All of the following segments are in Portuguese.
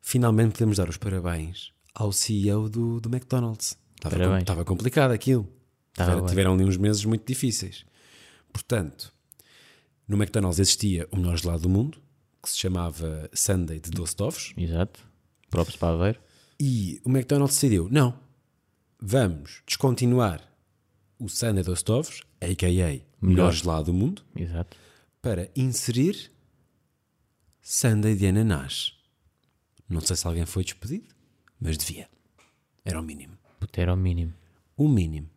finalmente podemos dar os parabéns ao CEO do, do McDonald's. Estava, Parabéns. com- estava complicado aquilo. Estava Tiveram- bem. tiveram ali uns meses muito difíceis. Portanto, no McDonald's existia o melhor gelado do mundo, que se chamava Sunday de doce de ovos. Exato. Próprio para Aveiro. E o McDonald's decidiu: não, vamos descontinuar o Sunday Doce de Ovos, a.k.a. melhor, Melhor. gelado do mundo, Exato. para inserir Sunday de ananás. Não sei se alguém foi despedido, mas devia. Era o mínimo. Puta, era o mínimo. O mínimo.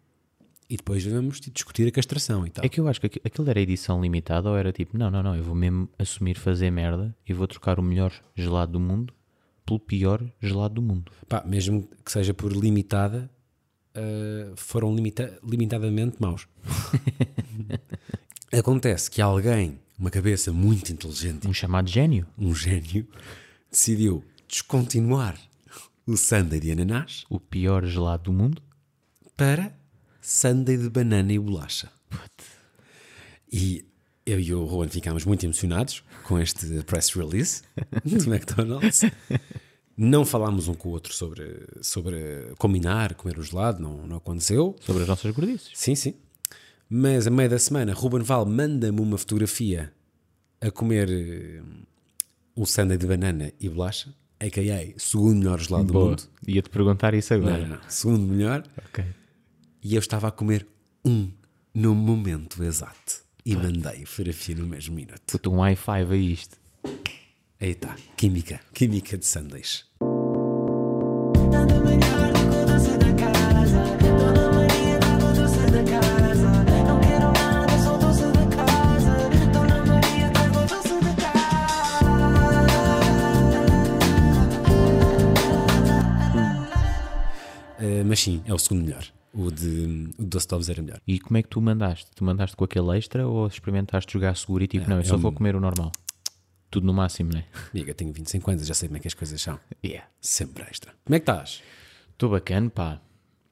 E depois vamos discutir a castração e tal. É que eu acho que aqu- aquilo era edição limitada ou era tipo, não, não, não, eu vou mesmo assumir fazer merda e vou trocar o melhor gelado do mundo pelo pior gelado do mundo. Pá, mesmo que seja por limitada, ah, foram limita- limitadamente maus. Acontece que alguém, uma cabeça muito inteligente, Um chamado gênio. um gênio, decidiu descontinuar o Sunday de ananás O pior gelado do mundo. para Sunday de banana e bolacha. E eu e o Rowan ficámos muito emocionados com este press release do McDonald's. Não falámos um com o outro sobre, sobre combinar, comer o gelado, não, não aconteceu. Sobre as nossas gordices. Sim, sim. Mas a meio da semana, Ruben Val manda-me uma fotografia a comer eh, um sundae de banana e bolacha, a.k.a. segundo melhor gelado do Boa. mundo. Ia-te perguntar isso Não, agora. não, não. Segundo melhor. Ok. E eu estava a comer um no momento exato. E mandei fotografia no mesmo minuto. Puta, um high five a isto. Aí está. Química. Química de sundays. Dona Maria tá com doce da casa. Dona Maria tá com doce da casa. Não quero nada, sou doce da casa. Dona Maria tá com doce da casa. Eh, mas sim, é o segundo melhor. O de o de Doce de Ovos era melhor. E como é que tu mandaste? Tu mandaste com aquele extra ou experimentaste jogar seguro e tipo, não, eu só vou comer o normal? Tudo no máximo, né? Amiga, tenho 25 anos, já sei como é que as coisas são. Yeah. Sempre extra. Como é que estás? Estou bacana, pá.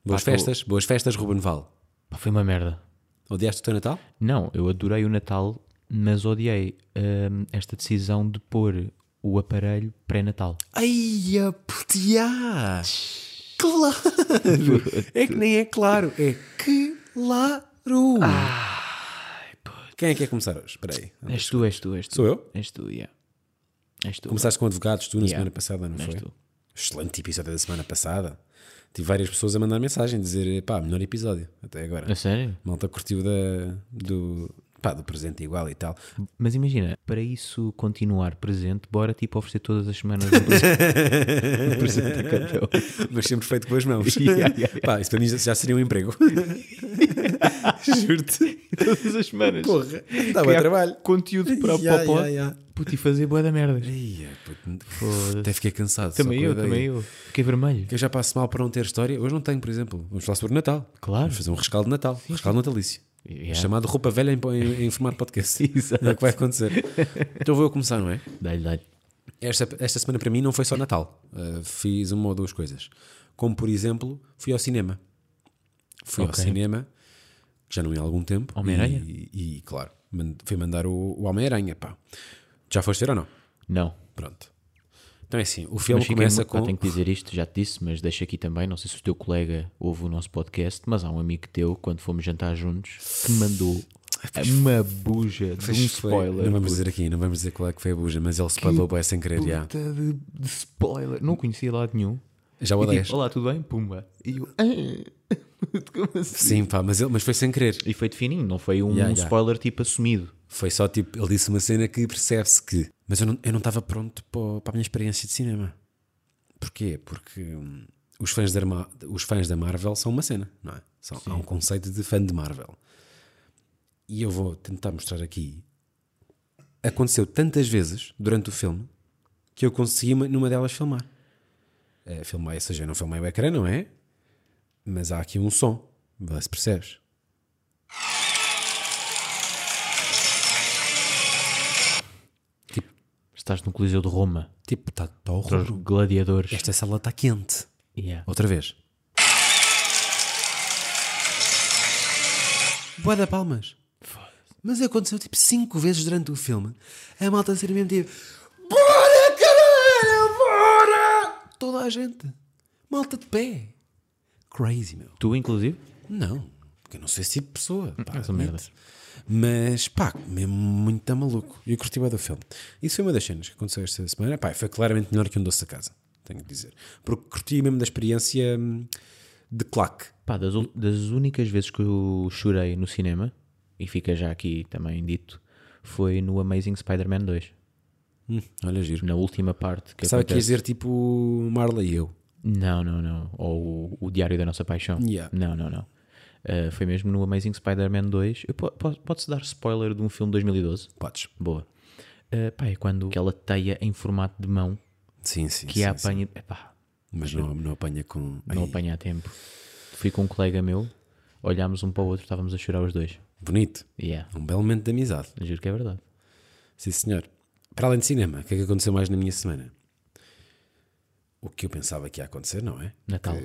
Boas Pá, tô- festas, boas festas, Ruben Val. pá. Foi uma merda. Odiaste o teu Natal? Não, eu adorei o Natal, mas odiei hum, esta decisão de pôr o aparelho pré-natal. Ai, a putear! Claro! É que nem é claro, é claro! Quem é que quer começar hoje? Espera aí. És tu, és tu, és tu. Ah, Sou eu? És tu, yeah. És tu. Começaste com advogados, tu na Yeah. semana passada, não És foi? tu. Excelente episódio da semana passada. Tive várias pessoas a mandar mensagem, dizer pá, melhor episódio até agora. A sério? Malta curtiu da, do, pá, do presente igual e tal. Mas imagina, para isso continuar presente, bora tipo oferecer todas as semanas um presente, um presente a cada um. Mas sempre feito com as mãos. Yeah, yeah, yeah. Pá, isso para mim já- já seria um emprego. Juro-te. Todas as semanas. Porra, dá bué Criar trabalho. Conteúdo para o Ya, Popó. ya, ya. Puto, e fazer boa da merda. Ia, puto, Até fiquei cansado. só Também com a eu, ideia. também eu. Fiquei vermelho. Que eu já passo mal para não ter história. Hoje não tenho, por exemplo. Vamos falar sobre Natal. Claro. Vamos fazer um rescaldo de Natal. Rescaldo natalício. Yeah. Chamado Roupa Velha em, em, em Fumar Podcast. Exato. É o que vai acontecer. Então vou eu começar, não é? Dá-lhe, dá-lhe. Esta, esta semana para mim não foi só Natal. Uh, fiz uma ou duas coisas. Como, por exemplo, fui ao cinema. Fui ao Ok. cinema, já não ia há algum tempo. Homem-Aranha? E, e, claro, mand- fui mandar o, o Homem-Aranha, pá. Já foste ver ou não? Não. Pronto. Então é assim, o Mas filme fiquei começa muito- pá, com... tenho que dizer isto, já te disse, mas deixa aqui também. Não sei se o teu colega ouve o nosso podcast, mas há um amigo teu, quando fomos jantar juntos, que mandou uma buja de um Isto foi- spoiler. Não vamos dizer aqui, não vamos dizer qual é que foi a buja, mas ele spoilou bem sem querer, já. Puta de, de spoiler. Não conhecia lado nenhum. Já E o tipo, odeias. Olá, tudo bem? Pumba. E eu. "Ah." Puto, como assim? Sim, pá, mas, ele, mas foi sem querer. E foi de fininho, não foi um Yeah, yeah. spoiler tipo assumido. Foi só tipo, ele disse uma cena que percebe-se que. Mas eu não eu não estava pronto para, o- para a minha experiência de cinema. Porquê? Porque hum, os, fãs da, Arma- os fãs da Marvel são uma cena, não é? São, há um conceito de fã de Marvel. E eu vou tentar mostrar aqui. Aconteceu tantas vezes durante o filme que eu consegui uma- numa delas filmar. Eh, filmei, ou seja, eu não filmei o ecrã, não é? Mas há aqui um som. Vê se percebes. Estás no Coliseu de Roma, Tipo, está tá para os horror. gladiadores. Esta sala está quente. Yeah. Outra vez. Boa da palmas. Mas aconteceu tipo cinco vezes durante o filme. A malta ser mesmo tipo. Bora, caralho, bora! toda a gente. Malta de pé. Crazy, meu. Tu, inclusive? Não, porque eu não sou esse tipo de pessoa. Pá, essa admito. merda. Mas pá, mesmo muito tá maluco. E eu curti bem do filme. Isso foi uma das cenas que aconteceu esta semana. Pá, foi claramente melhor que um doce da casa, tenho que dizer. Porque curti mesmo da experiência hum, de claque. Pá, das, ul- das únicas vezes que eu chorei no cinema, e fica já aqui também dito, foi no Amazing Spider-Man 2. Hum, olha, giro. Na última parte que Sabe que ia acontece. dizer tipo Marla e eu. Não, não, não. Ou o, o Diário da Nossa Paixão. Yeah. Não, não, não. Ah, foi mesmo no Amazing Spider-Man 2. Eu po- po- Pode-se dar spoiler de um filme de 2012? Podes. Boa. Ah, pá, é quando aquela teia em formato de mão Sim, sim. que sim, a sim. apanha. Epá, Mas não, não apanha com. Ai, não apanha a tempo. Fui com um colega meu, olhámos um para o outro, estávamos a chorar os dois. Bonito. Yeah, Um belo momento de amizade. juro que é verdade. Sim, senhor. Para além de cinema, o que é que aconteceu mais na minha semana? O que eu pensava que ia acontecer, não é? Natal.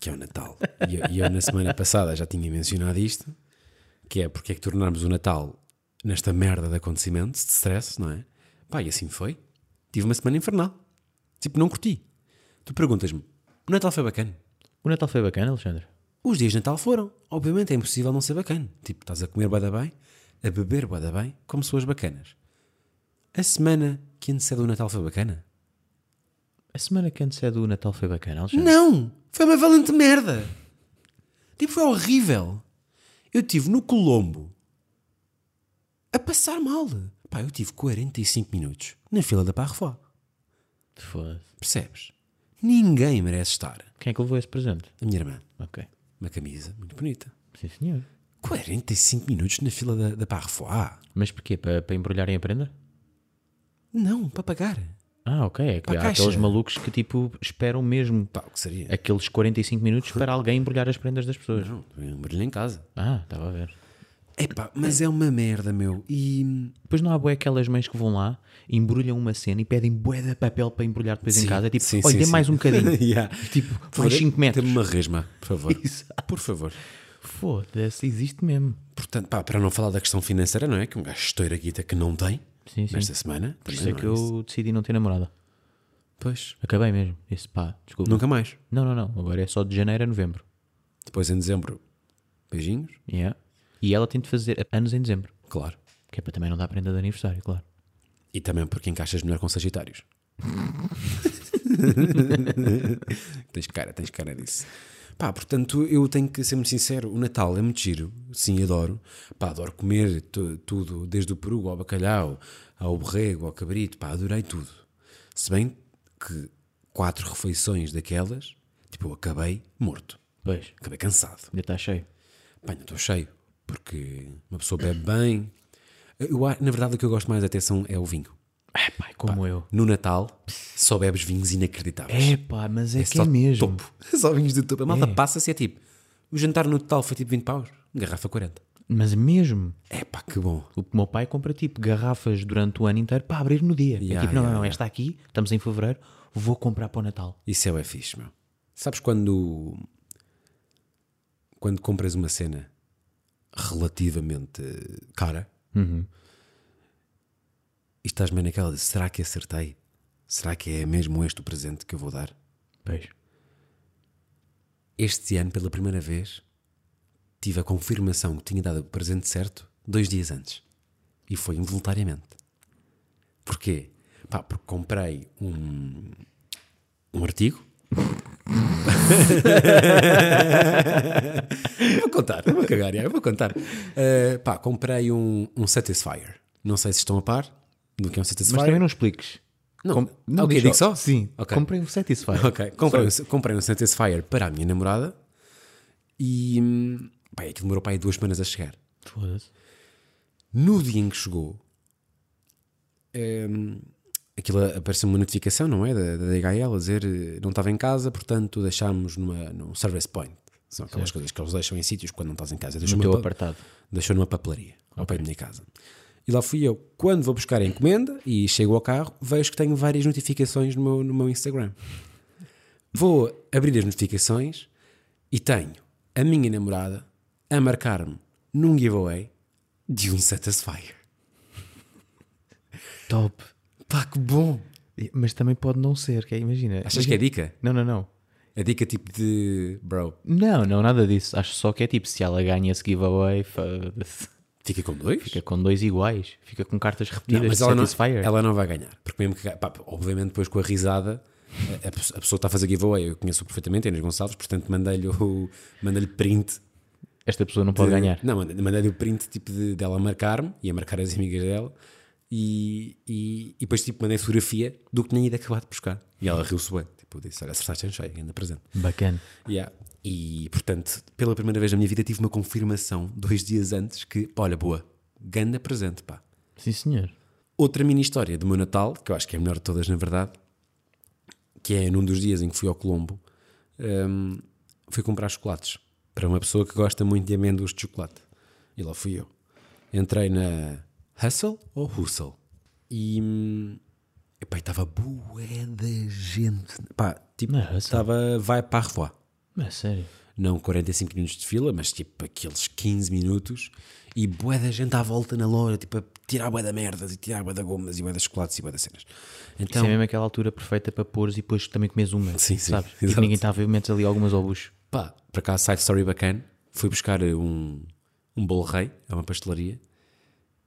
que é o Natal. E eu, e eu na semana passada já tinha mencionado isto, que é porque é que tornarmos o Natal nesta merda de acontecimentos, de stress, não é? Pá, e assim foi. Tive uma semana infernal. Tipo, não curti. Tu perguntas-me, o Natal foi bacana? O Natal foi bacana, Alexandre? Os dias de Natal foram. Obviamente é impossível não ser bacana. Tipo, estás a comer bada bem, a beber bada bem, como pessoas bacanas. A semana que antecede o Natal foi bacana? A semana que antecede o Natal foi bacana, Alexandre? Não! Foi uma valente merda! Tipo, foi horrível! Eu estive no Colombo a passar mal. Pá, eu tive 45 minutos na fila da Parrefoy. Foda-se. Percebes? Ninguém merece estar. Quem é que levou esse presente? A minha irmã, Ok. uma camisa muito bonita. Sim, senhor. 45 minutos na fila da, Ah, da Parrefoy? Mas porquê? Para, para embrulharem a prenda? Não, para pagar. Ah, ok. É que Para a há caixa. aqueles malucos que tipo esperam mesmo Pá, o que seria? aqueles 45 minutos para alguém embrulhar as prendas das pessoas. Não, um embrulho em casa. Ah, estava a ver. Epá, mas é uma merda, meu. E. Depois não há bué aquelas mães que vão lá, embrulham uma cena e pedem bué de papel para embrulhar depois em casa. É tipo, Sim, olha, sim, dê sim. mais um bocadinho. Yeah. Tipo, Por favor, mais 5 metros. Dê-me uma resma, por favor. Exato. Por favor. Foda-se, existe mesmo. Portanto, pá, para não falar da questão financeira, não é? Que um gajo estoura a guita que não tem Sim, sim. nesta semana. também, Por isso é não que eu decidi não ter namorada. Pois. Acabei mesmo. Isso, pá, desculpa. Nunca mais. Não, não, não. Agora é só de janeiro a novembro. Depois em dezembro, beijinhos. Yeah. E ela tem de fazer anos em dezembro. Claro. Que é para também não dar prenda de aniversário, claro. E também porque encaixas melhor com Sagitários. tens cara, tens cara disso. Pá, portanto, eu tenho que ser muito sincero: o Natal é muito giro, sim, adoro. Pá, adoro comer tu- tudo, desde o peru ao bacalhau, ao borrego, ao cabrito, pá, adorei tudo. Se bem que quatro refeições daquelas, tipo, eu acabei morto, Pois, acabei cansado. ainda está cheio. Pá, ainda estou cheio, porque uma pessoa bebe bem. Eu, a- na verdade, o que eu gosto mais até são, é o vinho. É pá, como eu. No Natal, só bebes vinhos inacreditáveis. É pá, mas é, que só é mesmo. topo. Só vinhos do topo. A malta É. passa-se e é tipo: o jantar no total foi tipo 20 paus, garrafa 40. Mas mesmo. É pá, que bom. O meu pai compra tipo garrafas durante o ano inteiro para abrir no dia. é Yeah, tipo, não, yeah, não, não, yeah. esta aqui, estamos em fevereiro, vou comprar para o Natal. Isso é o fixe, meu. Sabes quando. Quando compras uma cena relativamente cara Uhum. e estás meio naquela de será que acertei? Será que é mesmo este o presente que eu vou dar? Pois. Este ano, pela primeira vez, tive a confirmação que tinha dado o presente certo dois dias antes. E foi involuntariamente. Porquê? Pá, porque comprei um, um artigo. vou contar, vou cagar, já, eu vou contar. Uh, pá, comprei um, um Satisfyer. Não sei se estão a par do que é um Mas Satisfyer. também não expliques. Não, é não ok, diz digo só? Sim, Ok. comprei um Satisfy. Ok, comprei, um, comprei um Satisfyer para a minha namorada e hum, pá, aquilo demorou para aí duas semanas a chegar. Foda-se. No dia em que chegou, hum, aquilo apareceu uma notificação, não é? Da, da DHL a dizer eh, não estava em casa, portanto deixámos numa, num service point. São aquelas coisas que eles deixam em sítios quando não estás em casa. Deixam No teu numa pa- apartado. deixou numa papelaria ao pé da minha casa. E lá fui eu. Quando vou buscar a encomenda e chego ao carro, vejo que tenho várias notificações no meu, no meu Instagram. Vou abrir as notificações e tenho a minha namorada a marcar-me num giveaway de um Satisfyer. Top. Pá, que bom! Mas também pode não ser, que é, imagina. Achas que é dica? Não, não, não. É dica tipo de bro, Não, não, nada disso. Acho só que é tipo, se ela ganha esse giveaway, foda-se. fica com dois? Fica com dois iguais. Fica com cartas repetidas. Não, mas ela não, Satisfyer. ela não vai ganhar. Porque mesmo que, pá, obviamente depois com a risada, a, a pe- a pessoa está a fazer giveaway, eu conheço perfeitamente, Inês Gonçalves, portanto mandei-lhe o mandei print. Esta pessoa não pode de- ganhar. Não, mandei- mandei-lhe o print tipo de, dela a marcar-me e a marcar as amigas dela e, e, e depois tipo mandei fotografia do que tinha ido acabar de buscar. E ela riu-se bem. Tipo, eu disse, olha, acertaste em cheio, ainda presente. Bacana. Yeah. E, portanto, pela primeira vez na minha vida tive uma confirmação dois dias antes que, pá, olha, boa, ganda presente, pá. Sim, senhor. Outra mini história do meu Natal, que eu acho que é a melhor de todas, na verdade, que é num dos dias em que fui ao Colombo, hum, fui comprar chocolates para uma pessoa que gosta muito de amêndoas de chocolate. E lá fui eu. Entrei na Hustle ou Hustle? E. hum, Epá, e estava bué da gente. Pá, tipo, Na Hustle? estava vai para a revoar Mas sério. não 45 minutos de fila, mas tipo aqueles 15 minutos e bué da gente à volta na loja, tipo a tirar bué da merdas e tirar bué da gomas e bué das chocolates e bué das cenas. Isso é Então, mesmo aquela altura perfeita para pôres e depois também comes uma. Sim, sim, Sabes? Tipo, exato. ninguém está a ver, metes ali algumas ao bucho. pá, para cá, side story bacana, fui buscar um, um bolo rei a uma pastelaria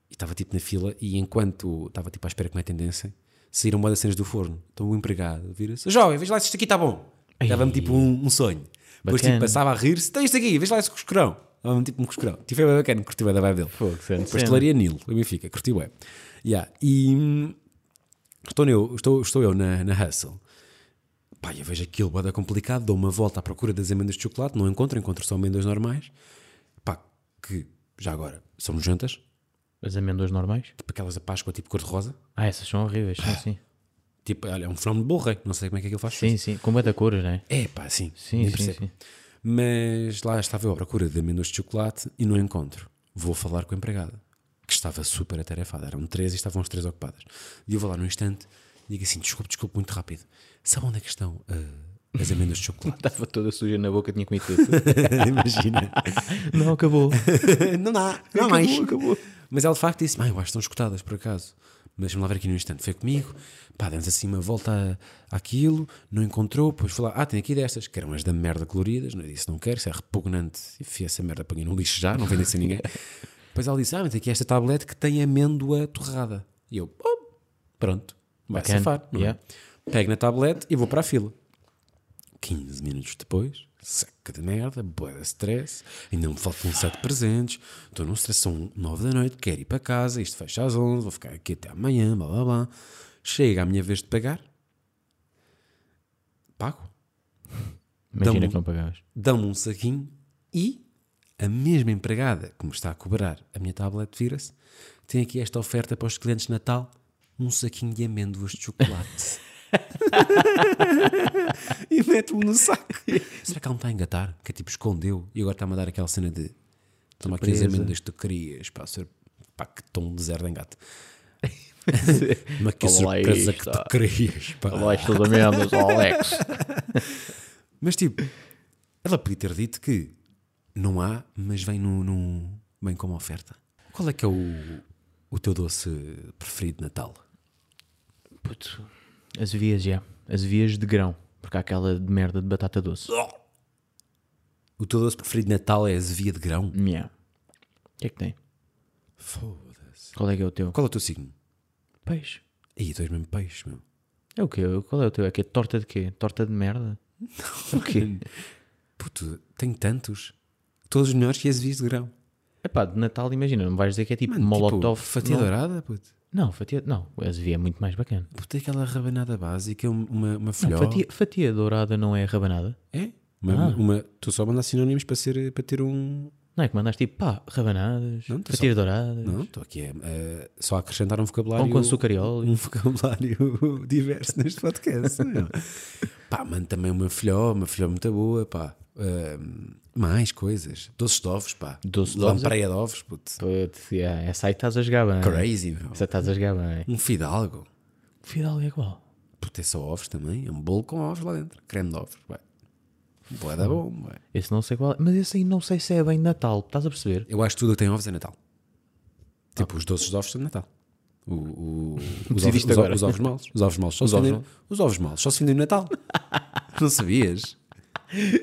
e estava tipo na fila e enquanto estava tipo à espera que me atendessem, saíram bué das cenas do forno. Então o empregado vira-se, jovem, veja lá se isto aqui está bom. Dava-me tipo um, um sonho. Depois tipo, Bacana. passava a rir-se, tem isto aqui, veja lá esse cuscurão. Dava-me tipo um cuscurão. Tive bem bacana, curti bem da vibe dele. Fogo, é sente Pastelaria Nilo, em Benfica, curti bem. Yeah. E hum, estou eu, estou, estou eu na, na Hustle. Pá, eu vejo aquilo, bada complicado, dou uma volta à procura das amêndoas de chocolate, não encontro, encontro só amêndoas normais. Pá, que já agora são nojentas, As amêndoas normais? tipo aquelas da Páscoa, tipo cor-de-rosa. Ah, essas são horríveis. Sim, sim. Tipo, olha, é um fenómeno de borra, não sei como é que aquilo faz. Sim, sim. Com muita cor, não é? É pá, sim. Sim, nem sim, percebo. sim. Mas lá estava eu à procura de amêndoas de chocolate e não encontro. Vou falar com a empregada, que estava super atarefada. Eram três e estavam as três ocupadas. E eu vou lá no instante e digo assim: desculpe, desculpe, muito rápido. Sabe onde é que estão ah, as amêndoas de chocolate? Estava toda suja na boca, tinha comido tudo. Imagina. não, acabou. não dá, não há mais. Mas ela de facto disse: "Mãe, eu acho que estão escutadas por acaso. Mas deixa-me lá ver aqui no instante. Foi comigo, pá, demos assim uma volta à- àquilo, não encontrou, depois foi lá: ah, tem aqui destas, que eram as da merda coloridas. Não eu disse: não quero, isso é repugnante. E fui essa merda, apanhei no lixo já, não vendem sem ninguém. Depois ela disse: ah, mas tem aqui esta tablete que tem amêndoa torrada. E eu: oh, pronto, vai Bacana, safar, não yeah. é? Pego na tablete e vou para a fila. 15 minutos depois, seca de merda, boa de stress, ainda me faltam 7 presentes, estou num stress, são 9 da noite, quero ir para casa, isto fecha às 11, vou ficar aqui até amanhã, blá blá blá. Chega a minha vez de pagar, pago, Imagina Dão-me- que não pagavas. dão-me um saquinho e a mesma empregada que me está a cobrar a minha tablet vira-se, tem aqui esta oferta para os clientes de Natal, um saquinho de amêndoas de chocolate. e mete-me no saco. Será que ela me está a engatar? Que é tipo, escondeu e agora está-me a dar aquela cena de toma aqui as Surpresa. amêndoas que tu querias, pá, ser... pá que tom de zero de engate. Mas que Olha aí, surpresa que está. tu querias, pá. Abaixo das amêndoas, ó Alex. Mas tipo, ela podia ter dito que não há, mas vem, no, no- vem como oferta. Qual é que é o, o teu doce preferido de Natal? Puto. As vias, já. As vias de grão. Porque há aquela de merda de batata doce. Oh. O teu doce preferido de Natal é a zevia de grão? Yeah. O que é que tem? Foda-se. Qual é que é o teu? Qual é o teu signo? Peixe. Ih, tu és mesmo peixe, meu. É o quê? Qual é o teu? É que é torta de quê? Torta de merda? O quê? Puto, tenho tantos. Todos os melhores que as zevias de grão. Epá, de Natal, imagina, não vais dizer que é tipo Mano, molotov. tipo, fatia não, dourada, puto. não, fatia. Não, a Azevia é muito mais bacana. Puto, é aquela rabanada básica, um- uma, uma Não, folhó. fatia, Ah. fatia dourada não é rabanada? É? Uma, uma- tu só mandas sinónimos para, ser, para ter um... Não é que mandaste tipo pá, rabanadas, Não, tô fatia dourada, Não, estou aqui a, a- só a acrescentar um vocabulário... pão com açúcar e óleo. um vocabulário diverso neste podcast. não é? pá, mano, também uma filhó, uma filhó é muito boa, pá. Ahm, mais coisas. Doces de ovos, pá. Doce de ovos é- Lampreia de ovos, puto. Putz, yeah, essa aí estás a jogar bem. Crazy, meu. Essa estás a jogar bem. Um fidalgo. Hum. Fidalgo é qual? Puto, é só ovos também. É um bolo com ovos lá dentro. Creme de ovos, ué. Boa da bom, ué. Esse não sei qual é. Mas esse aí não sei se é bem de Natal, estás a perceber? Eu acho que tudo o que tem ovos é Natal. Tipo, os doces de ovos são de Natal. O- o- os, ovos, Decidiste os, agora. ovos- os ovos maus. Os ovos maus só se ovos vendem, os ovos maus só se vendem no Natal. não sabias?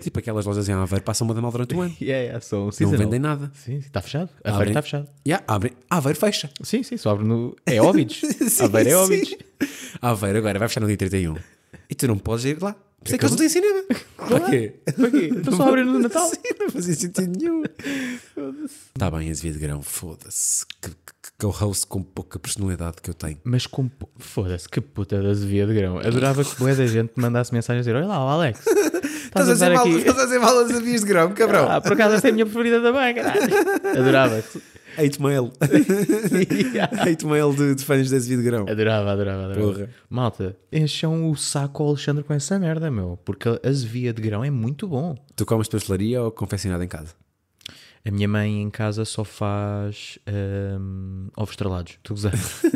Tipo aquelas lojas em Aveiro passam uma da mal durante o ano. Yeah, yeah, só um Não seasonal. vendem nada. Sim, está fechado. A feira Abrem- está fechada. Yeah, abrem. Aveiro fecha. Sim, sim, só abre no. É óbidos. a feira é óbidos. sim. Aveiro agora vai fechar no dia 31. E tu não podes ir lá. Por isso é que eles não têm cinema. Para quê? Para quê? Então só abre no Natal. Sim, não fazia sentido nenhum. Está Tá bem, as de grão, foda-se. Que, que, que eu host com pouca personalidade que eu tenho. Mas com. po- Foda-se, que puta da Zevia de grão. Adorava que boa da gente me mandasse mensagem a dizer: Olha lá, o Alex. Estás Estás a a estar fazer mal- aqui. estás a fazer mal às avias de grão, cabrão. Ah, por acaso esta é a minha preferida também, caralho. Adorava-te. Hate mail. Hate mail de, de fãs das vida de grão. Adorava, adorava, adorava. Porra. Malta, encham o saco ao Alexandre com essa merda, meu. Porque a azevia de grão é muito bom. Tu comes pastelaria ou confeccionada em casa? A minha mãe em casa só faz hum, ovos estrelados. Estou a gozar.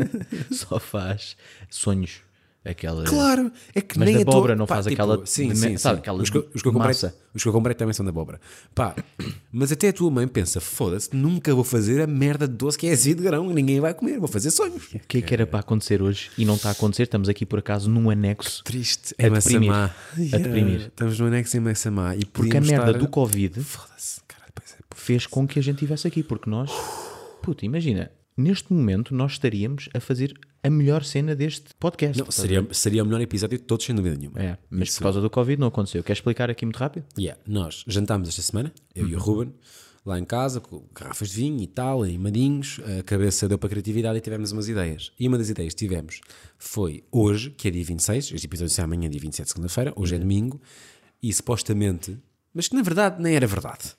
só faz sonhos. Aquela. Claro, é que Mas nem da a tua- abóbora, não pá, faz tipo, aquela Sim, de sim, me- sim. sabe, aquela os, que, os que eu comprei, massa. os que eu comprei também são da abóbora. Pá, mas até a tua mãe pensa: foda-se, nunca vou fazer a merda de doce que é azeite de grão, ninguém vai comer, vou fazer sonhos. O que é que era para acontecer hoje e não está a acontecer? Estamos aqui por acaso num anexo. Triste, é deprimir. Massamá. A deprimir. Estamos no anexo em Massamá e Porque a podíamos merda estar- do Covid Foda-se, caralho, pois é. fez com que a gente estivesse aqui, porque nós, puta, imagina, neste momento nós estaríamos a fazer a melhor cena deste podcast. Não, seria, seria o melhor episódio de todos, sem dúvida nenhuma. É, mas por causa do Covid não aconteceu. Quer explicar aqui muito rápido? Yeah, nós jantámos esta semana, eu e o Ruben, lá em casa, com garrafas de vinho e tal, e madinhos, a cabeça deu para a criatividade e tivemos umas ideias. E uma das ideias que tivemos foi hoje, que é dia 26, este episódio sai amanhã, dia 27, segunda-feira, hoje é domingo, e supostamente, mas que na verdade nem era verdade.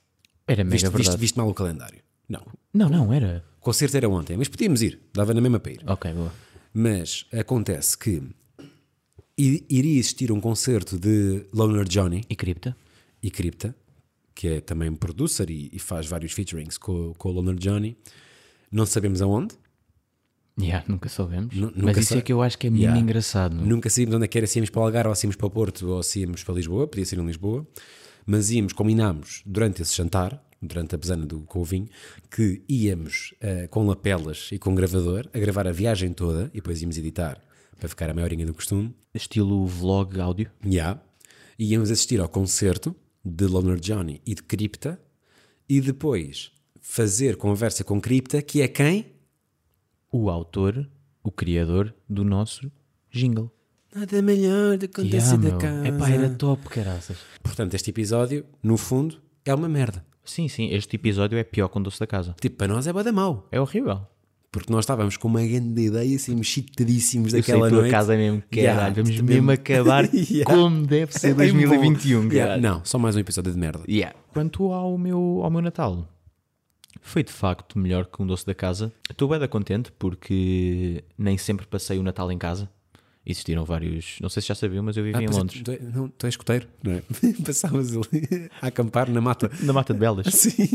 Era mega Viste, viste- verdade. viste mal o calendário. Não. Não, não, era. O concerto era ontem, mas podíamos ir, dava na mesma para ir. Ok, boa. Mas acontece que i- iria existir um concerto de Loner Johnny E cripta? e Cripta, que é também producer e, e faz vários featurings com, com o Loner Johnny. Não sabemos aonde, Yeah, nunca soubemos. Nu- mas nunca isso sa- é que eu acho que é mesmo Yeah. engraçado. meu. nunca sabíamos onde é que era, se íamos para o Algarve ou se íamos para o Porto ou se íamos para Lisboa, podia ser em Lisboa, mas íamos, combinámos durante esse jantar, durante a pesana do com o vinho, que íamos eh, com lapelas e com gravador a gravar a viagem toda e depois íamos editar para ficar a maiorinha do costume. Estilo vlog áudio. Yeah. E íamos assistir ao concerto de Loner Johnny e de Cripta e depois fazer conversa com Cripta, que é quem? O autor, o criador do nosso jingle. Nada melhor do que Yeah, acontecer meu. da casa. Epá, era top, caraças. Portanto, este episódio, no fundo, é uma merda. Sim, sim, este episódio é pior que o doce da casa. Tipo, para nós é bada mau. É horrível. Porque nós estávamos com uma grande ideia, assim, excitadíssimos Eu sei daquela que tua noite. casa é mesmo, caralho. Yeah, vamos tipo, mesmo acabar Yeah. como deve ser bem bom. 2021, Yeah, caralho. Não, só mais um episódio de merda. Yeah. Quanto ao meu, ao meu Natal, foi de facto melhor que um doce da casa. Estou bem contente porque nem sempre passei o Natal em casa. Existiram vários, não sei se já sabiam, mas eu vivi em Pois é, Londres. Tu, é- não, tu és escoteiro, não é? Passavas ali a acampar na mata. Na Mata de Belas, Sim.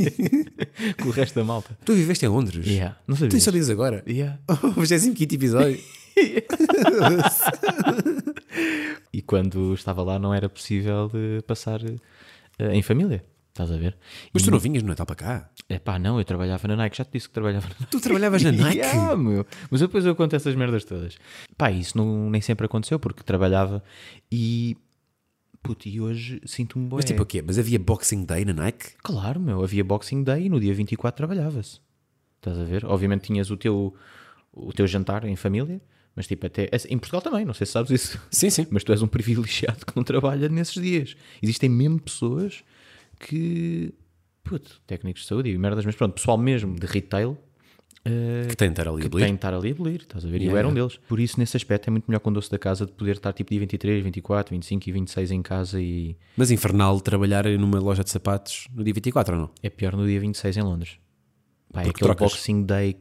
com o resto da malta. tu viveste em Londres? Yeah. Não Tu sabia. sabias agora? Yeah. O 25 episódio. E quando estava lá não era possível eh, passar eh, em família, estás a ver? Mas tu não vinhas no Natal para cá? É pá, não, eu trabalhava na Nike, já te disse que trabalhava na Nike. Tu trabalhavas na Nike? Yeah, meu. Mas depois eu conto essas merdas todas. Pá, isso não, nem sempre aconteceu porque trabalhava e. Puto, e hoje sinto-me bem. Mas tipo o quê? Mas havia Boxing Day na Nike? Claro, meu, havia Boxing Day e no dia 24 trabalhava-se. Estás a ver? Obviamente tinhas o teu, o teu jantar em família, mas tipo até. Em Portugal também, não sei se sabes isso. Sim, sim. Mas tu és um privilegiado que não trabalha nesses dias. Existem mesmo pessoas que. Puto, técnicos de saúde e merdas, mas pronto, pessoal mesmo de retail Que tem de estar ali a que abolir. tem de estar ali a abolir, estás a ver? E eu Yeah, era um deles. Por isso, nesse aspecto, é muito melhor com o doce da casa de poder estar tipo dia 23, 24, 25 e 26 em casa e Mas infernal trabalhar numa loja de sapatos no dia 24 ou não? é pior no dia 26 em Londres. Pá, é Porque aquele trocas. boxing day.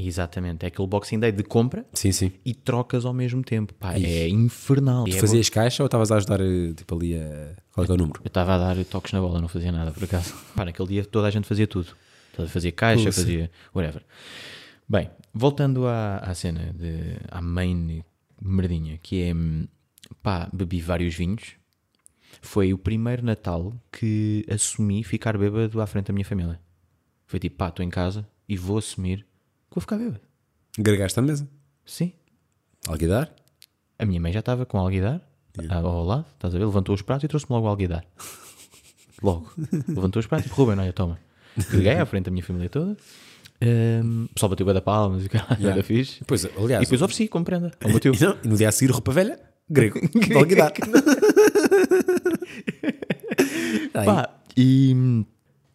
Exatamente, é aquele boxing day de compra Sim, sim. e trocas ao mesmo tempo. Pá, é infernal. É Tu bom. fazias caixa ou estavas a ajudar eh, tipo ali a. Qual é que é o número? Eu estava a dar toques na bola, não fazia nada por acaso. Pá, naquele dia toda a gente fazia tudo. Toda- Fazia caixa, fazia whatever. Bem, voltando à, à cena, de, à main merdinha, que é hum, pá, bebi vários vinhos. Foi o primeiro Natal que assumi ficar bêbado à frente da minha família. Foi tipo, pá, estou em casa e vou assumir que vou ficar bêbado. Gregaste à mesa. Sim. Alguidar? A minha mãe já estava com alguidar ah, ao lado, estás a ver? Levantou os pratos e trouxe-me logo o alguidar. Logo. Levantou os pratos e Ruben, olha, toma. Liguei à frente da minha família toda. Ahm, o pessoal bateu bué da palmas e o caralho, Yeah. era fixe. Depois, aliás, E depois ofereci, compreenda. Ao meu tio. E não, e no dia a seguir, roupa velha, grego. De alguidar. Aí, Pá, e hum,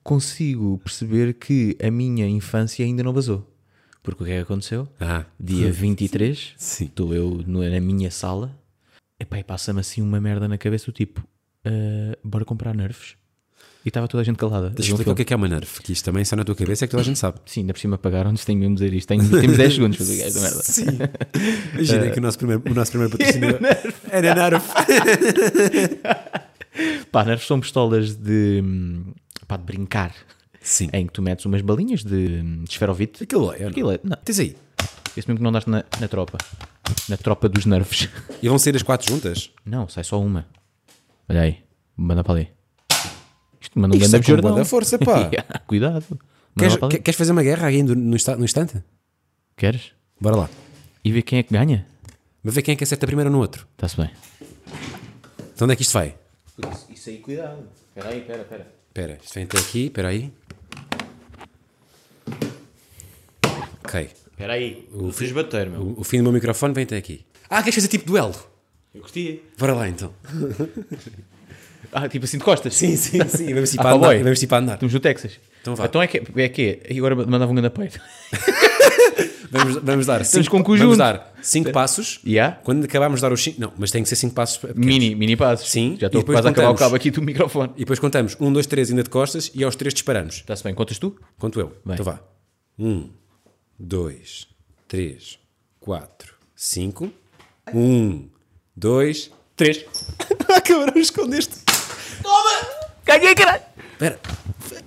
consigo perceber que a minha infância ainda não vazou. Porque o que é que aconteceu? Ah. Dia 23, Sim. estou eu no- na minha sala, epá, e passa-me assim uma merda na cabeça, do tipo, "Ah, bora comprar nerfos. E estava toda a gente calada. Deixa Havia eu um explicar o filme. que é que é uma nerf, que isto também só na tua cabeça é que toda a gente sabe. Sim, ainda por cima pagaram-nos, tenho mesmo de dizer isto. Tenho, temos 10 segundos para dizer esta merda. Sim. Imagina que o nosso primeiro, o nosso primeiro patrocinador era nerf. Pá, nerfos são pistolas de, hum, pá, de brincar, Sim. em que tu metes umas balinhas de, hum, de esferovite. Aquilo é, eu não. É Aquilo é, não, Tens aí. Esse mesmo que não andaste na, na tropa. Na tropa dos nervos. E vão sair as quatro juntas? Não, sai só uma. Olha aí, manda para ali. Isto manda um Isto grande é com abjordão. bué da força, pá. Yeah, Cuidado. Manda Queres, lá para ali. que- queres fazer uma guerra aí no, no insta- no instante? Queres? Bora lá. E ver quem é que ganha? Mas ver quem é que acerta primeiro no outro. Está-se bem. Então onde é que isto vai? Isso aí, cuidado. Espera aí, espera, espera. Espera, isto vem até aqui, espera aí. Ok. Espera aí. O fiz bater, meu. O, o fim do meu microfone vem até aqui. Ah, queres fazer tipo duelo? Eu gostia. Bora lá então. Ah, tipo assim de costas. Sim, sim, sim. Vamos tipo a Ah, pá, andar. boy. Vamos tipo a andar. Estamos no Texas. Então vá. Então é que é. que é. E agora mandava um grande apoio. Vamos, vamos dar. cinco- com um conjunto. Vamos dar 5 passos. Yeah. Quando acabarmos de dar os 5. Não, mas tem que ser 5 passos. pequenos. Mini, mini passos. Sim, e Já estou depois quase a acabar o contamos. cabo aqui do microfone. E depois contamos 1, 2, 3 ainda de costas e aos 3 disparamos. Está-se bem. Contas tu? Conto eu. Então vá. 1, 2, 3, 4, 5. 1, 2, 3. Acabaram escondeste. Ganhei, caralho! Espera.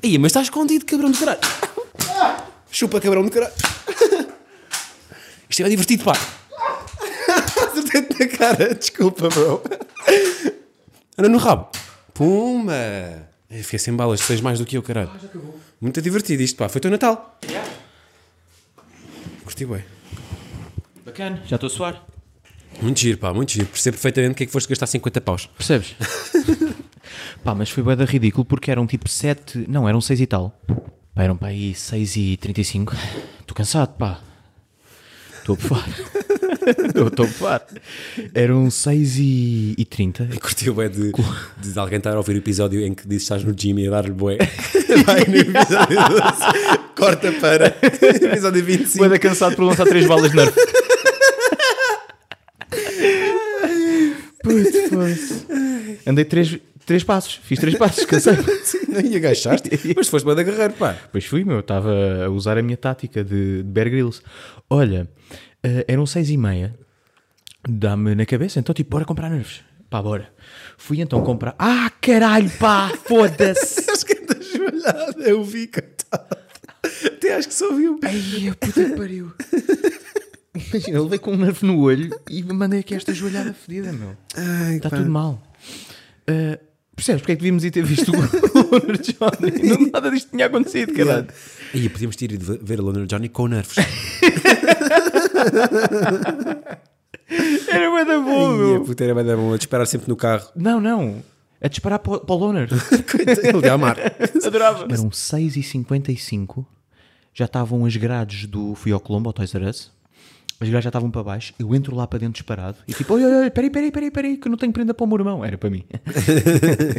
Aí, mas está escondido, cabrão de caralho. Chupa, cabrão de caralho. Isto é divertido, pá. Acertei-te na cara. Desculpa, bro. Anda no rabo. Puma. Eu fiquei sem balas. Tu tens mais do que eu, caralho. Muito divertido isto, pá. Foi o teu Natal. Curti bem. Bacana, já estou a suar. Muito giro, pá. Muito giro. Percebo perfeitamente o que é que foste gastar 50 paus. Percebes? Pá, mas foi bué da ridículo porque eram tipo 7, não, eram 6 e tal. Pá, eram para aí 6 e 35. Estou cansado, pá. Estou a bufar. Estou- Estou a bufar. Eram 6 e, e 30. Curtiu bué de, de alguém estar a ouvir o episódio em que dizes que estás no gym e a dar-lhe bué. Vai no episódio 12. Corta para episódio 25. Bué da cansado por lançar 3 balas de nerf. Puto, foda-se. Andei 3, três passos, fiz 3 passos, cansei. Não ia agachaste, mas foste bué de agarrar, pá. Pois fui, meu, eu estava a usar a minha tática de, de Bear Grylls. Olha, eh, eram seis e meia, dá-me na cabeça, então tipo, bora comprar nervos. Pá, bora. Fui então comprar. Ah, caralho, pá, foda-se. Acho que anda joelhada, eu vi, coitado. Até acho que só um- viu. Ai, a puta que pariu. Imagina, eu levei com um nervo no olho e me mandei aqui esta joelhada fedida, meu. Ai, Está pá. tudo mal. Eh, percebes porque é que devíamos ir ter visto o Loner Johnny? Não, nada disto tinha acontecido, caralho. Aí podíamos ter ido ve- ver a Londra Johnny com nervos. Era bué da boa, Ai, a meu. puta era bué da bom, a disparar sempre no carro. Não, não. A disparar para o- para o Loner. Ele ia amar. Adorava. Eram 6h55, já estavam as grades do. Fui ao Colombo, ao Toys R Us. As grades já estavam para baixo, eu entro lá para dentro disparado e tipo, olha, olha, olha, peraí, peraí, peraí, peraí, que eu não tenho prenda para o meu irmão. Era para mim.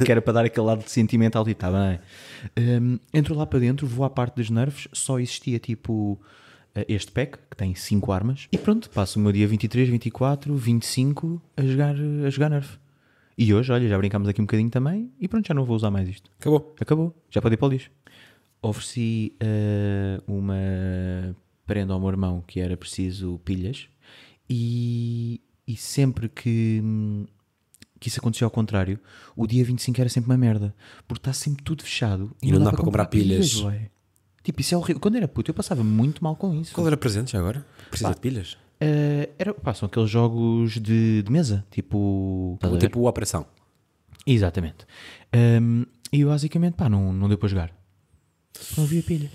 que era para dar aquele lado de sentimental, tipo, tá bem. Hum, entro lá para dentro, vou à parte dos nervos, só existia tipo eh, este pack, que tem 5 armas, e pronto, passo o meu dia 23, 24, 25 a jogar, a jogar nerf. E hoje, olha, já brincámos aqui um bocadinho também, e pronto, já não vou usar mais isto. Acabou. Acabou, já pode ir para o lixo. Ofereci eh, uma prenda ao meu irmão que era preciso pilhas e, e sempre que, hum, que isso acontecia ao contrário, o dia 25 era sempre uma merda, porque está sempre tudo fechado e, não, dá, para comprar, pilhas. bué. tipo, isso é horrível. Quando era puto, eu passava muito mal com isso. Qual era presente já agora? Precisa de pilhas? Eh, era, pá, são aqueles jogos de, de mesa, tipo. estás a ver? Tipo Operação. Exatamente. Hum, e eu basicamente, pá, não, não deu para jogar. Não havia pilhas.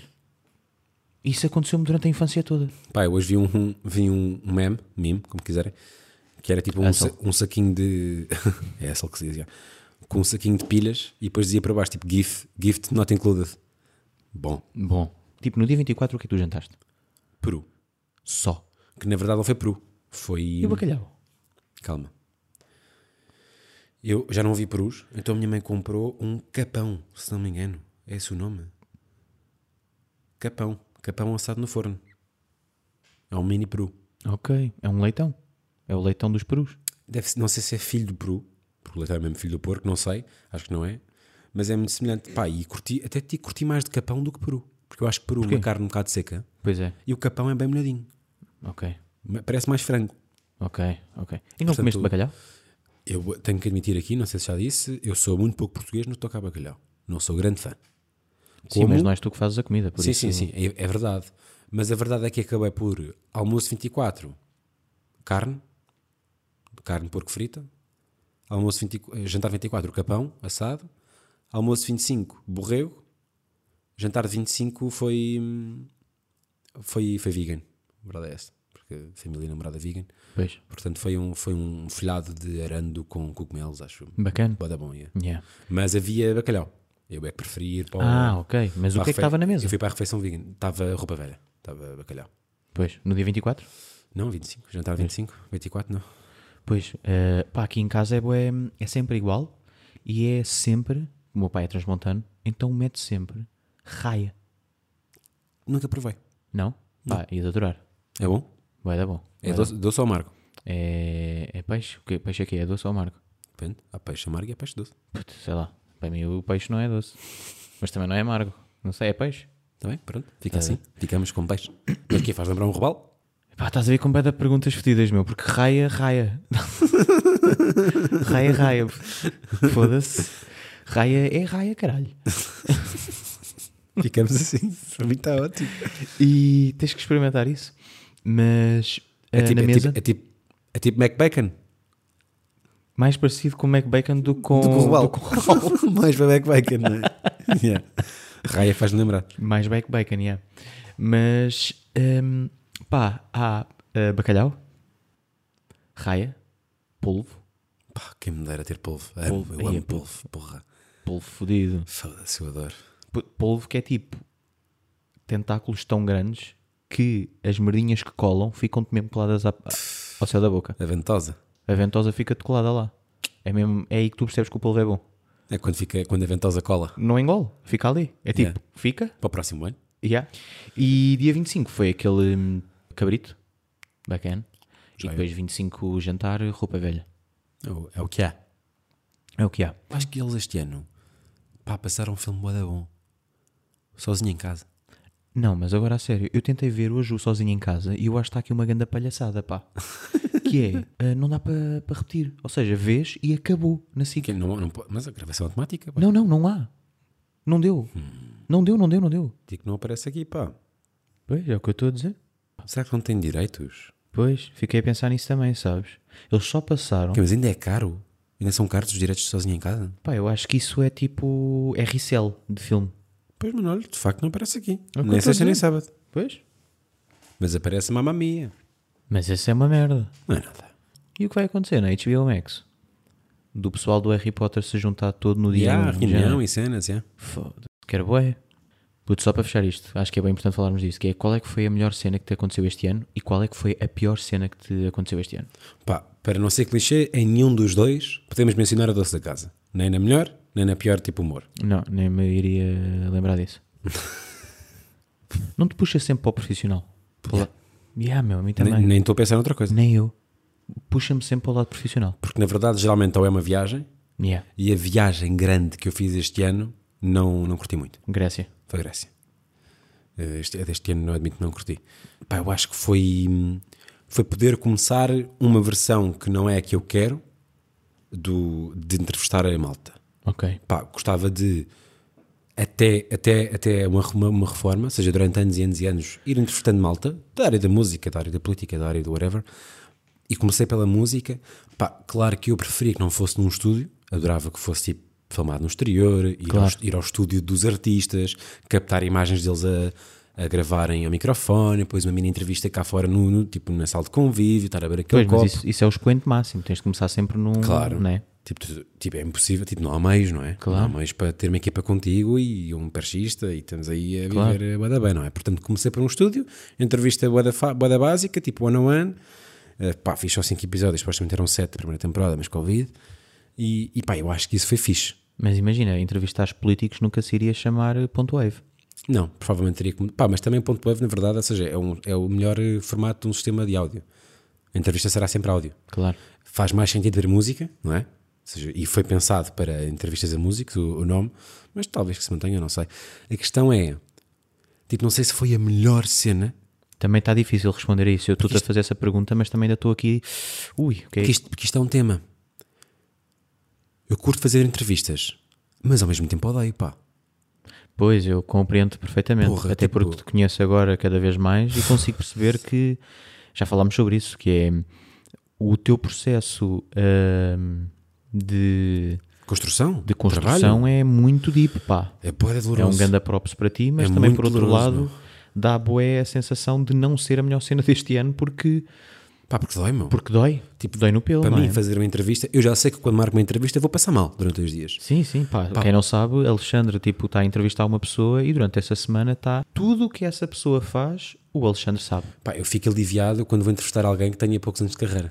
Isso aconteceu-me durante a infância toda. Pá, eu hoje vi um, um- vi um um meme, meme, como quiserem, que era tipo um, Hassel. sa- um saquinho de. é essa que se dizia. Com um saquinho de pilhas e depois dizia para baixo, tipo GIF, gift not included. Bom, Bom. Tipo, no dia 24 o que é que tu jantaste? Peru. Só. Que na verdade não foi Peru. Foi. E o bacalhau? Calma. Eu já não vi Perus, então a minha mãe comprou um capão, se não me engano. É esse o nome? Capão. Capão assado no forno. É um mini Peru. Ok. É um leitão. É o leitão dos perus. Deve, não sei se é filho do Peru, porque o leitão é mesmo filho do porco, não sei, acho que não é, mas é muito semelhante. Pá, e curti, até te curti mais de capão do que Peru, porque eu acho que Peru é uma carne um bocado seca Pois é. e o capão é bem molhadinho, Ok. Ma- parece mais frango. Ok. Ok. E não Portanto, comeste bacalhau? Eu tenho que admitir aqui, não sei se já disse, eu sou muito pouco português no que toca a bacalhau, não sou grande fã. Sim, mas não és tu que fazes a comida. Por Sim, isso sim, sim, é, é verdade. Mas a verdade é que acabei por almoço 24, carne, carne porco frita, almoço 20, jantar 24, capão assado, almoço 25, borrego, jantar 25 foi hum, foi, foi vegan, a verdade é esta, porque a família namorada é vegan, Pois. portanto foi um, foi um folhado de arando com cogumelos, acho. Bacana. Boda bom, ia. Yeah. Mas havia bacalhau. Eu é que preferi ir para o- Ah, ok. Mas o para que é a que refe- estava na mesa? Eu fui para a refeição vegan. Estava roupa velha. Estava bacalhau. Pois. No dia 24? Não, 25. Jantar 25. 24, não. Pois, eh, pá, aqui em casa é, bué- é sempre igual e é sempre. O meu pai é transmontano, então mete sempre raia. Nunca provei. Não? Pá, ia adorar. É bom? Vai dar bom. É doce, doce ou amargo? É, é peixe? O quê? Peixe é quê? É doce ou amargo? Depende. Há peixe amargo e há peixe doce. Puto, sei lá. Para mim o peixe não é doce. Mas também não é amargo. Não sei, é peixe? Está bem? Pronto. Tá Fica assim. Ficamos com peixe. Mas que faz lembrar um robalo? Pá, estás a ver com bué de perguntas fedidas, meu, porque raia, raia. raia, raia. Foda-se. Raia é raia, caralho. Ficamos assim. Para mim tá está ótimo. E tens que experimentar isso. Mas É eh, tipo, na é, mesa, tipo, é, tipo, é tipo McBacon. mais parecido com o McBacon do que com, Do que o robalo. Oh, do que Mais para McBacon, não é? yeah. Raia faz-me lembrar. com- mais back bacon, yeah. Mas ehm, pá, há eh, bacalhau, raia, polvo, Pá, quem me dera ter polvo. Amo, Polvo. Eu Aí é amo polvo. Porra. polvo fodido, Foda-se, eu adoro. P- polvo que é tipo tentáculos tão grandes que as merdinhas que colam ficam-te mesmo coladas à- ao céu da boca. A ventosa. A ventosa fica-te colada lá. É, mesmo, é aí que tu percebes que o polvo é bom. É quando, fica, quando a ventosa cola. Não engole, fica ali. É tipo, Yeah. fica, Para o próximo ano? Yeah. E dia 25 foi aquele hum, cabrito, bacana. E Joia. depois 25 jantar, roupa velha. É o- É o que há. É o que há. Acho que eles este ano pá, passaram um filme bué da bom. Sozinho em casa. Não, mas agora a sério, eu tentei ver hoje o sozinho em casa e eu acho que está aqui uma grande palhaçada, pá. que é, ah, não dá para para repetir. Ou seja, vês e acabou na SIC. Que não, não po- mas a gravação é automática, pá. Não, não, não há. Não deu. Não deu, não deu, não deu. Digo que Tipo, não aparece aqui, pá. Pois, é o que eu estou a dizer. Será que não tem direitos? Pois, fiquei a pensar nisso também, sabes? Eles só passaram. Que, mas ainda é caro? Ainda são caros os direitos de sozinho em casa? Pá, eu acho que isso é tipo RCL de filme. Pois, mano, olha, de facto não aparece aqui. É o que eu nem estou a sexta nem dizer. sábado. Pois. Mas aparece Mamma Mia. Mas essa é uma merda. Não é nada. E o que vai acontecer na HBO Max? Do pessoal do Harry Potter se juntar todo no E dia. há um de reunião janeiro. e cenas, é. Foda-se. Quero bué. Puto, só para fechar isto, acho que é bem importante falarmos disso, que é qual é que foi a melhor cena que te aconteceu este ano e qual é que foi a pior cena que te aconteceu este ano. Pá, para não ser clichê, em nenhum dos dois podemos mencionar a doce da casa. Nem na melhor, nem na pior, tipo humor. Não, nem me iria lembrar disso. não te puxa sempre para o profissional. Para o la- Yeah, meu, a mim também. Nem nem estou a pensar noutra coisa. Nem eu. Puxa-me sempre para o lado profissional. Porque na verdade, geralmente, ou é uma viagem, Yeah. E a viagem grande que eu fiz este ano não, não curti muito. Grécia. Foi a Grécia. Eh, Este, a deste ano não admito que não curti. Pá, eu acho que foi, hum, foi poder começar uma versão que não é a que eu quero do, de entrevistar a malta. Ok. Pá, gostava de até, até, até uma, uma, uma reforma, ou seja, durante anos e anos e anos, ir entrevistando malta, da área da música, da área da política, da área do whatever, e comecei pela música. Pá, claro que eu preferia que não fosse num estúdio, adorava que fosse tipo filmado no exterior, ir, Claro. ao, ir ao estúdio dos artistas, captar imagens deles a, a gravarem ao microfone, depois uma mini entrevista cá fora, no, no- tipo, na sala de convívio, estar a beber aquele Pois, copo. mas isso, isso é o escoente máximo. Tens de começar sempre num. Claro. Né? Tipo, tu- tipo, é impossível, tipo, não há meios, não é? Claro. Não há meios para ter uma equipa contigo e um perchista e estamos aí a Claro. viver a boda bem, não é? Portanto, comecei por um estúdio, entrevista boda, fa- boda básica, tipo one on one, Eh, pá, fiz só 5 episódios, supostamente eram 7 da primeira temporada, mas Covid, e, e pá, eu acho que isso foi fixe. Mas imagina, entrevistares políticos nunca se iria chamar eh, ponto wave. Não, provavelmente teria que. Pá, mas também ponto web, na verdade, ou seja, é, um- é o melhor eh, formato de um sistema de áudio. A entrevista será sempre áudio. Claro. faz mais sentido ver música, não é? Ou seja, e foi pensado para entrevistas a músicos, o, o nome, mas talvez que se mantenha, não sei. A questão é, tipo, não sei se foi a melhor cena, Também está difícil responder a isso. Eu estou-te a fazer essa pergunta, mas também ainda estou aqui. Ui, o que é porque isto? isto, porque isto é um tema. Eu curto fazer entrevistas, mas ao mesmo tempo odeio, pá. Pois, eu compreendo perfeitamente. Porra, Até tipo- porque te conheço agora cada vez mais e consigo perceber que já falámos sobre isso, que é o teu processo ahm, de, Construção? de construção Trabalho, é muito deep, pá. é boa, é É um doloroso. ganda props para ti, mas É também muito por outro doloroso, lado dá a boé a sensação de não ser a melhor cena deste ano porque, Pá, porque dói, meu. porque dói. Tipo, dói no pelo, para não mim, é? fazer uma entrevista, eu já sei que quando marco uma entrevista eu vou passar mal durante os dias. Sim, sim, pá. Quem não sabe, Alexandre, tipo, está a entrevistar uma pessoa e durante essa semana está tudo o que essa pessoa faz, o Alexandre sabe. Pá, eu fico aliviado quando vou entrevistar alguém que tenha poucos anos de carreira.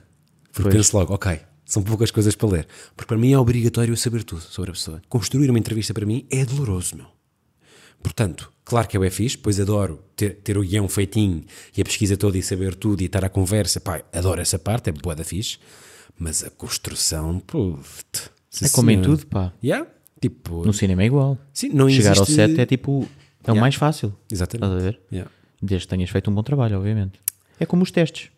Porque Pois. penso logo, ok, são poucas coisas para ler. Porque para mim é obrigatório eu saber tudo sobre a pessoa. Construir uma entrevista para mim é doloroso, meu. Portanto, claro que eu é fixe, pois adoro ter, ter o guião feitinho e a pesquisa toda e saber tudo e estar à conversa. Pá, adoro essa parte, é boa da fixe. Mas a construção, pô, é como em tudo, pá. Yeah? Tipo, No cinema é igual. sim, não Chegar ao existe- set é tipo, é o mais fácil. Estás a Exatamente. ver? Yeah. Desde que tenhas feito um bom trabalho, obviamente. É como os testes.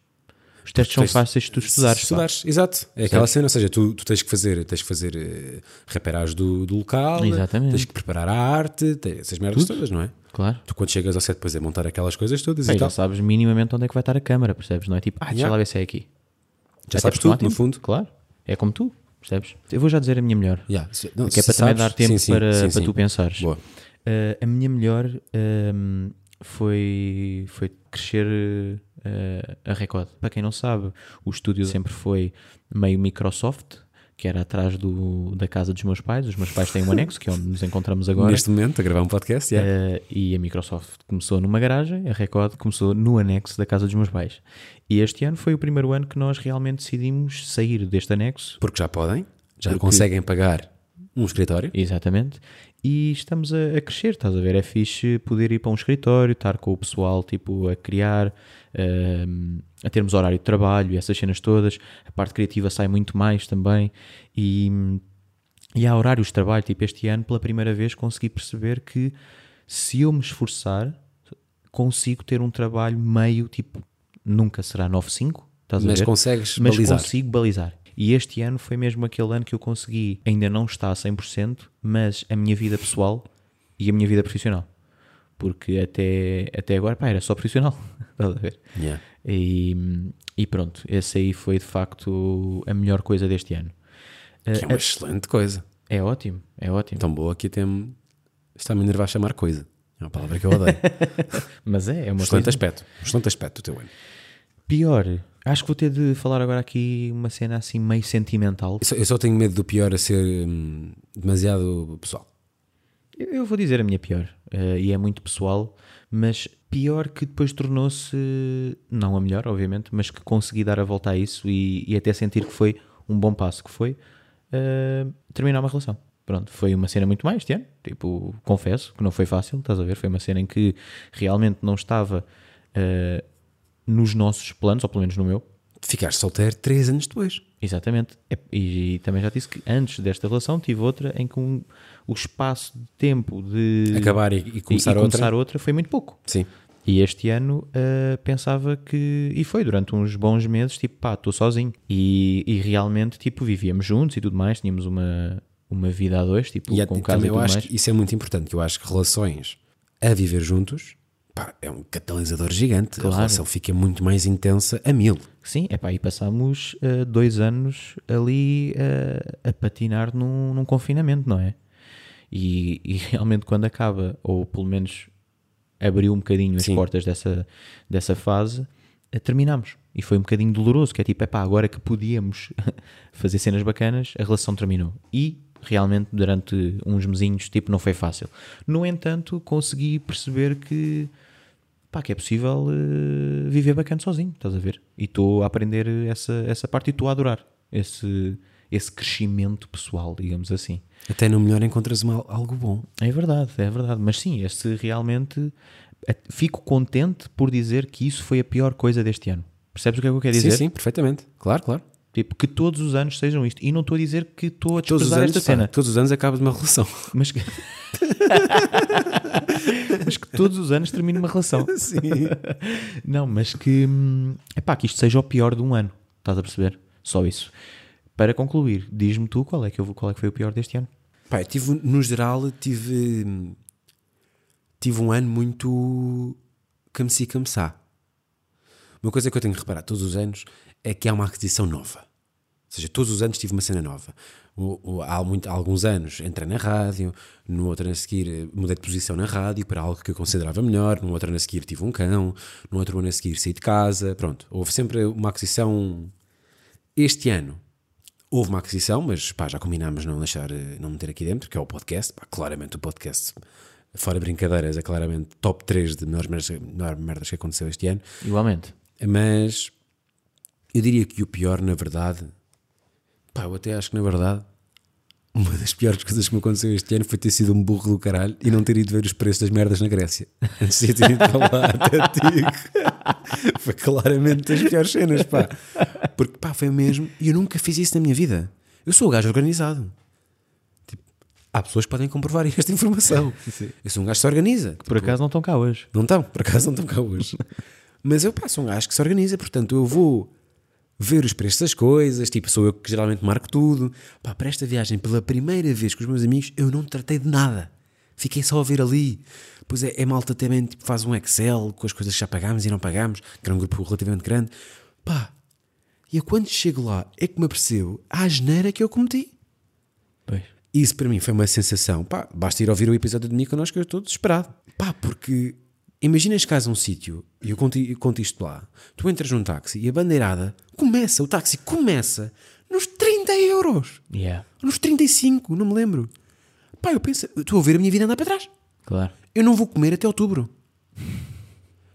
Os testes são testes- fáceis de tu estudares. pá. exato. É aquela cena, ou seja, tu, tu tens que fazer, tens que fazer eh, reparagem do, do local, Exatamente. tens que preparar a arte, tens essas merdas todas, não é? Claro. Tu quando chegas ao set depois é montar aquelas coisas todas Bem, e tal. já sabes minimamente onde é que vai estar a câmara, percebes? Não é tipo, ah, deixa Yeah. lá ver se é aqui. Então. Já Até sabes porque não há tudo, no tempo. fundo. Claro. É como tu, percebes? Eu vou já dizer a minha melhor. Yeah. Se- não, que é se para também sabes- dar tempo sim, sim, para, sim, para sim. tu pensares. Boa. Eh, a minha melhor ehm, foi, foi crescer eh, a Record. Para quem não sabe, o estúdio sempre foi meio Microsoft, que era atrás do, da casa dos meus pais. Os meus pais têm um anexo, que é onde nos encontramos agora. Neste momento, a gravar um podcast, yeah. Eh, e a Microsoft começou numa garagem, a Record começou no anexo da casa dos meus pais. E este ano foi o primeiro ano que nós realmente decidimos sair deste anexo porque já podem, já conseguem pagar um escritório. Exatamente. E estamos a, a crescer, estás a ver? É fixe poder ir para um escritório, estar com o pessoal, tipo, a criar, hum, a termos horário de trabalho e essas cenas todas. A parte criativa sai muito mais também. E, e há horários de trabalho, tipo, este ano, pela primeira vez, consegui perceber que se eu me esforçar, consigo ter um trabalho meio, tipo, nunca será 9-5, estás a Mas ver? consegues mas balizar. consigo balizar. E este ano foi mesmo aquele ano que eu consegui, ainda não está a 100%, mas a minha vida pessoal e a minha vida profissional. Porque até, até agora, pá, era só profissional. Estás a ver? Yeah. E, e pronto, essa aí foi de facto a melhor coisa deste ano. Que é uma excelente coisa. É ótimo, é ótimo. Tão boa que até me- está-me a enervar a chamar coisa. É uma palavra que eu odeio. Mas é, é uma excelente coisa. aspecto. Excelente aspecto do teu ano. Pior, acho que vou ter de falar agora aqui uma cena assim meio sentimental. Eu só, eu só tenho medo do pior a ser hum, demasiado pessoal. Eu eu vou dizer a minha pior, eh, e é muito pessoal, mas pior que depois tornou-se, não a melhor, obviamente, mas que consegui dar a volta a isso e, e até sentir que foi um bom passo, que foi eh, terminar uma relação. Pronto, foi uma cena muito mais este ano, tipo, confesso que não foi fácil, estás a ver? Foi uma cena em que realmente não estava eh, nos nossos planos, ou pelo menos no meu, Ficaste solteiro três anos depois. Exatamente. É, E, também já disse que antes desta relação tive outra em que um- o espaço de tempo de Acabar e- e começar outra. foi muito pouco. Sim. E este ano ah, pensava que. E foi durante uns bons meses, tipo, pá, estou sozinho. E, e realmente, tipo, vivíamos juntos e tudo mais, tínhamos uma, uma vida a dois, tipo, E é- com casa também e eu tudo acho mais. que isso é muito importante. que Eu acho que relações a viver juntos pá, é um catalisador gigante. Claro. A relação fica muito mais intensa a mil. Sim, é pá, e passámos ah, dois anos ali ah, a patinar num, num confinamento, não é? E, e realmente quando acaba, ou pelo menos abriu um bocadinho as Sim. portas dessa, dessa fase, eh, terminámos. E foi um bocadinho doloroso, que é tipo, epá, agora que podíamos fazer cenas bacanas, a relação terminou. E realmente durante uns mesinhos, tipo, não foi fácil. No entanto, consegui perceber que pá, que é possível eh, viver bacana sozinho, estás a ver? E estou a aprender essa, essa parte e estou a adorar esse, esse crescimento pessoal, digamos assim. Até no melhor encontras uma- algo bom. É verdade, é verdade. Mas sim, este realmente eh, fico contente por dizer que isso foi a pior coisa deste ano. Percebes o que é que eu quero dizer? Sim, sim, perfeitamente. Claro, claro. Tipo, que todos os anos sejam isto. E não estou a dizer que estou a Todos os, desprezar anos, esta pá, cena. todos os anos acaba de uma relação. Mas que... mas que todos os anos termino uma relação. Sim. Não, mas que, hum, epá, que isto seja o pior de um ano. Estás a perceber? Só isso. Para concluir, diz-me tu qual é, que eu, vou- qual é que foi o pior deste ano. Pá, eu tive, no geral, tive. hum, Tive um ano muito. Camsi camsá. Uma coisa que eu tenho que reparar todos os anos é que há uma aquisição nova. Ou seja, todos os anos tive uma cena nova. O- o- há, muito- há alguns anos entrei na rádio, no outro ano a seguir eh, mudei de posição na rádio para algo que eu considerava melhor, no outro ano a seguir tive um cão, no outro ano a seguir saí de casa. Pronto, houve sempre uma aquisição. Este ano houve uma aquisição, mas pá, já combinámos não deixar, eh, não meter aqui dentro, que é o podcast. Pá, claramente o podcast, fora brincadeiras, é claramente top 3 de melhores merdas, melhores merdas que aconteceu este ano. Igualmente. Mas eu diria que o pior, na verdade, pá, eu até acho que na verdade, uma das piores coisas que me aconteceu este ano foi ter sido um burro do caralho e não ter ido ver os preços das merdas na Grécia. Antes de eu ter ido para lá, até te digo. Foi claramente das piores cenas, pá. Porque, pá, foi mesmo. E eu nunca fiz isso na minha vida. Eu sou o gajo organizado. Tipo, há pessoas que podem comprovar esta informação. Eu sou um gajo que se organiza. Por acaso não estão cá hoje. Não estão, por acaso não estão cá hoje. Mas eu passo um gajo que se organiza, portanto eu vou ver os preços das coisas, tipo, sou eu que geralmente marco tudo. Pá, para esta viagem, pela primeira vez com os meus amigos, eu não tratei de nada. Fiquei só a ver ali. Pois é, é malta também tipo, faz um Excel com as coisas que já pagámos e não pagámos, que era um grupo relativamente grande. Pá, e eu quando chego lá é que me apercebo a asneira que eu cometi. Pois. Isso para mim foi uma sensação. Pá, basta ir ouvir o episódio de Nico, nós que eu estou desesperado. Pá, porque imagina chegares a um sítio, e eu conto, eu conto isto lá, tu entras num táxi e a bandeirada começa, o táxi começa nos 30 euros, Yeah, nos 35, não me lembro. Pá, eu penso, eu estou a ver a minha vida andar para trás. claro. Eu não vou comer até outubro.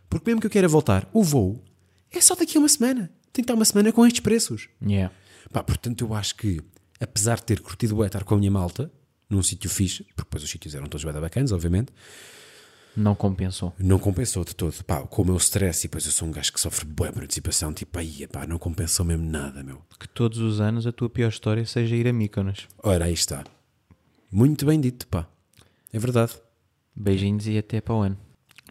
Porque mesmo que eu queira voltar, o voo é só daqui a uma semana. Tem que estar uma semana com estes preços. Yeah. Pá, portanto, eu acho que, apesar de ter curtido bué estar com a minha malta, num sítio fixe, porque depois os sítios eram todos bué da bacanas, obviamente, Não compensou. não compensou de todo. Pá, com o meu stress, e depois eu sou um gajo que sofre bué por antecipação, tipo, aí, pá, não compensou mesmo nada, meu. Que todos os anos a tua pior história seja ir a Mykonos. Ora, aí está. Muito bem dito, pá. É verdade. Beijinhos e até para o ano.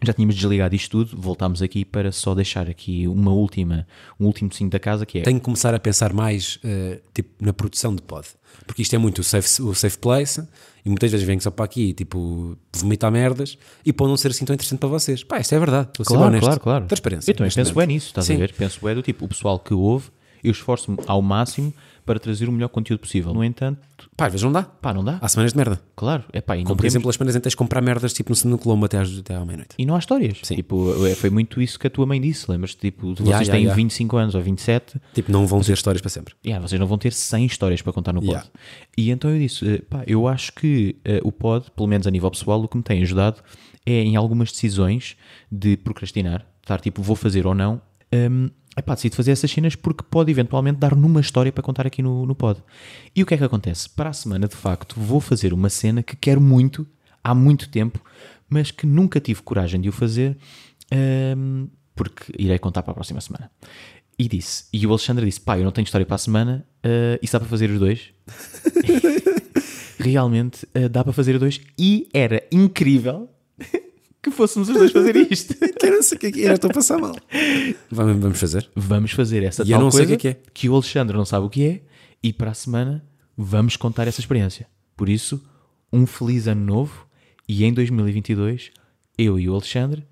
Já tínhamos desligado isto tudo, voltámos aqui para só deixar aqui uma última, um último sininho da casa que é. Tenho que começar a pensar mais, eh, tipo, na produção de pod. Porque isto é muito o safe, o safe place, e muitas vezes vêm só para aqui, tipo, vomitar merdas, e para não ser assim tão interessante para vocês. Pá, isto é verdade. Estou a ser honesto. Transparência. Então, Eu também penso honestamente. bem nisso, estás Sim. a ver? Penso bem do tipo, o pessoal que ouve, eu esforço-me ao máximo para trazer o melhor conteúdo possível. No entanto, Pá, às vezes não dá. pá, não dá. Há semanas de merda. Claro, é pá, e não, Como, por temos- exemplo, as semanas em que tens de comprar merdas tipo no, no Colombo até, às, até à meia-noite. e não há histórias. Tipo, é- foi muito isso que a tua mãe disse, lembras-te? Tipo, vocês yeah, têm yeah. 25 anos ou 27, Tipo, não vão ter histórias para sempre. Yeah, vocês não vão ter 100 histórias para contar no pod. Yeah. E então eu disse: eh, pá, eu acho que eh, o pod, pelo menos a nível pessoal, o que me tem ajudado é em algumas decisões de procrastinar, estar tipo, vou fazer ou não. hum, epá, decido fazer essas cenas porque pode eventualmente dar numa história para contar aqui no, no pod. E o que é que acontece? Para a semana, de facto, vou fazer uma cena que quero muito, há muito tempo, mas que nunca tive coragem de o fazer, hum, porque irei contar para a próxima semana. E disse, e o Alexandre disse: pá, eu não tenho história para a semana, ah, isso dá para fazer os dois? Realmente ah, dá para fazer os dois, e era incrível que fôssemos os dois fazer isto. Eu não sei o que é que é, eu estou a passar mal. Vamos, vamos fazer. Vamos fazer essa E eu tal não sei coisa o que é que o Alexandre não sabe o que é, e para a semana vamos contar essa experiência. Por isso, um feliz ano novo, e em 2022, eu e o Alexandre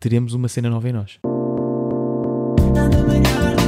teremos uma cena nova em nós. Nada melhor do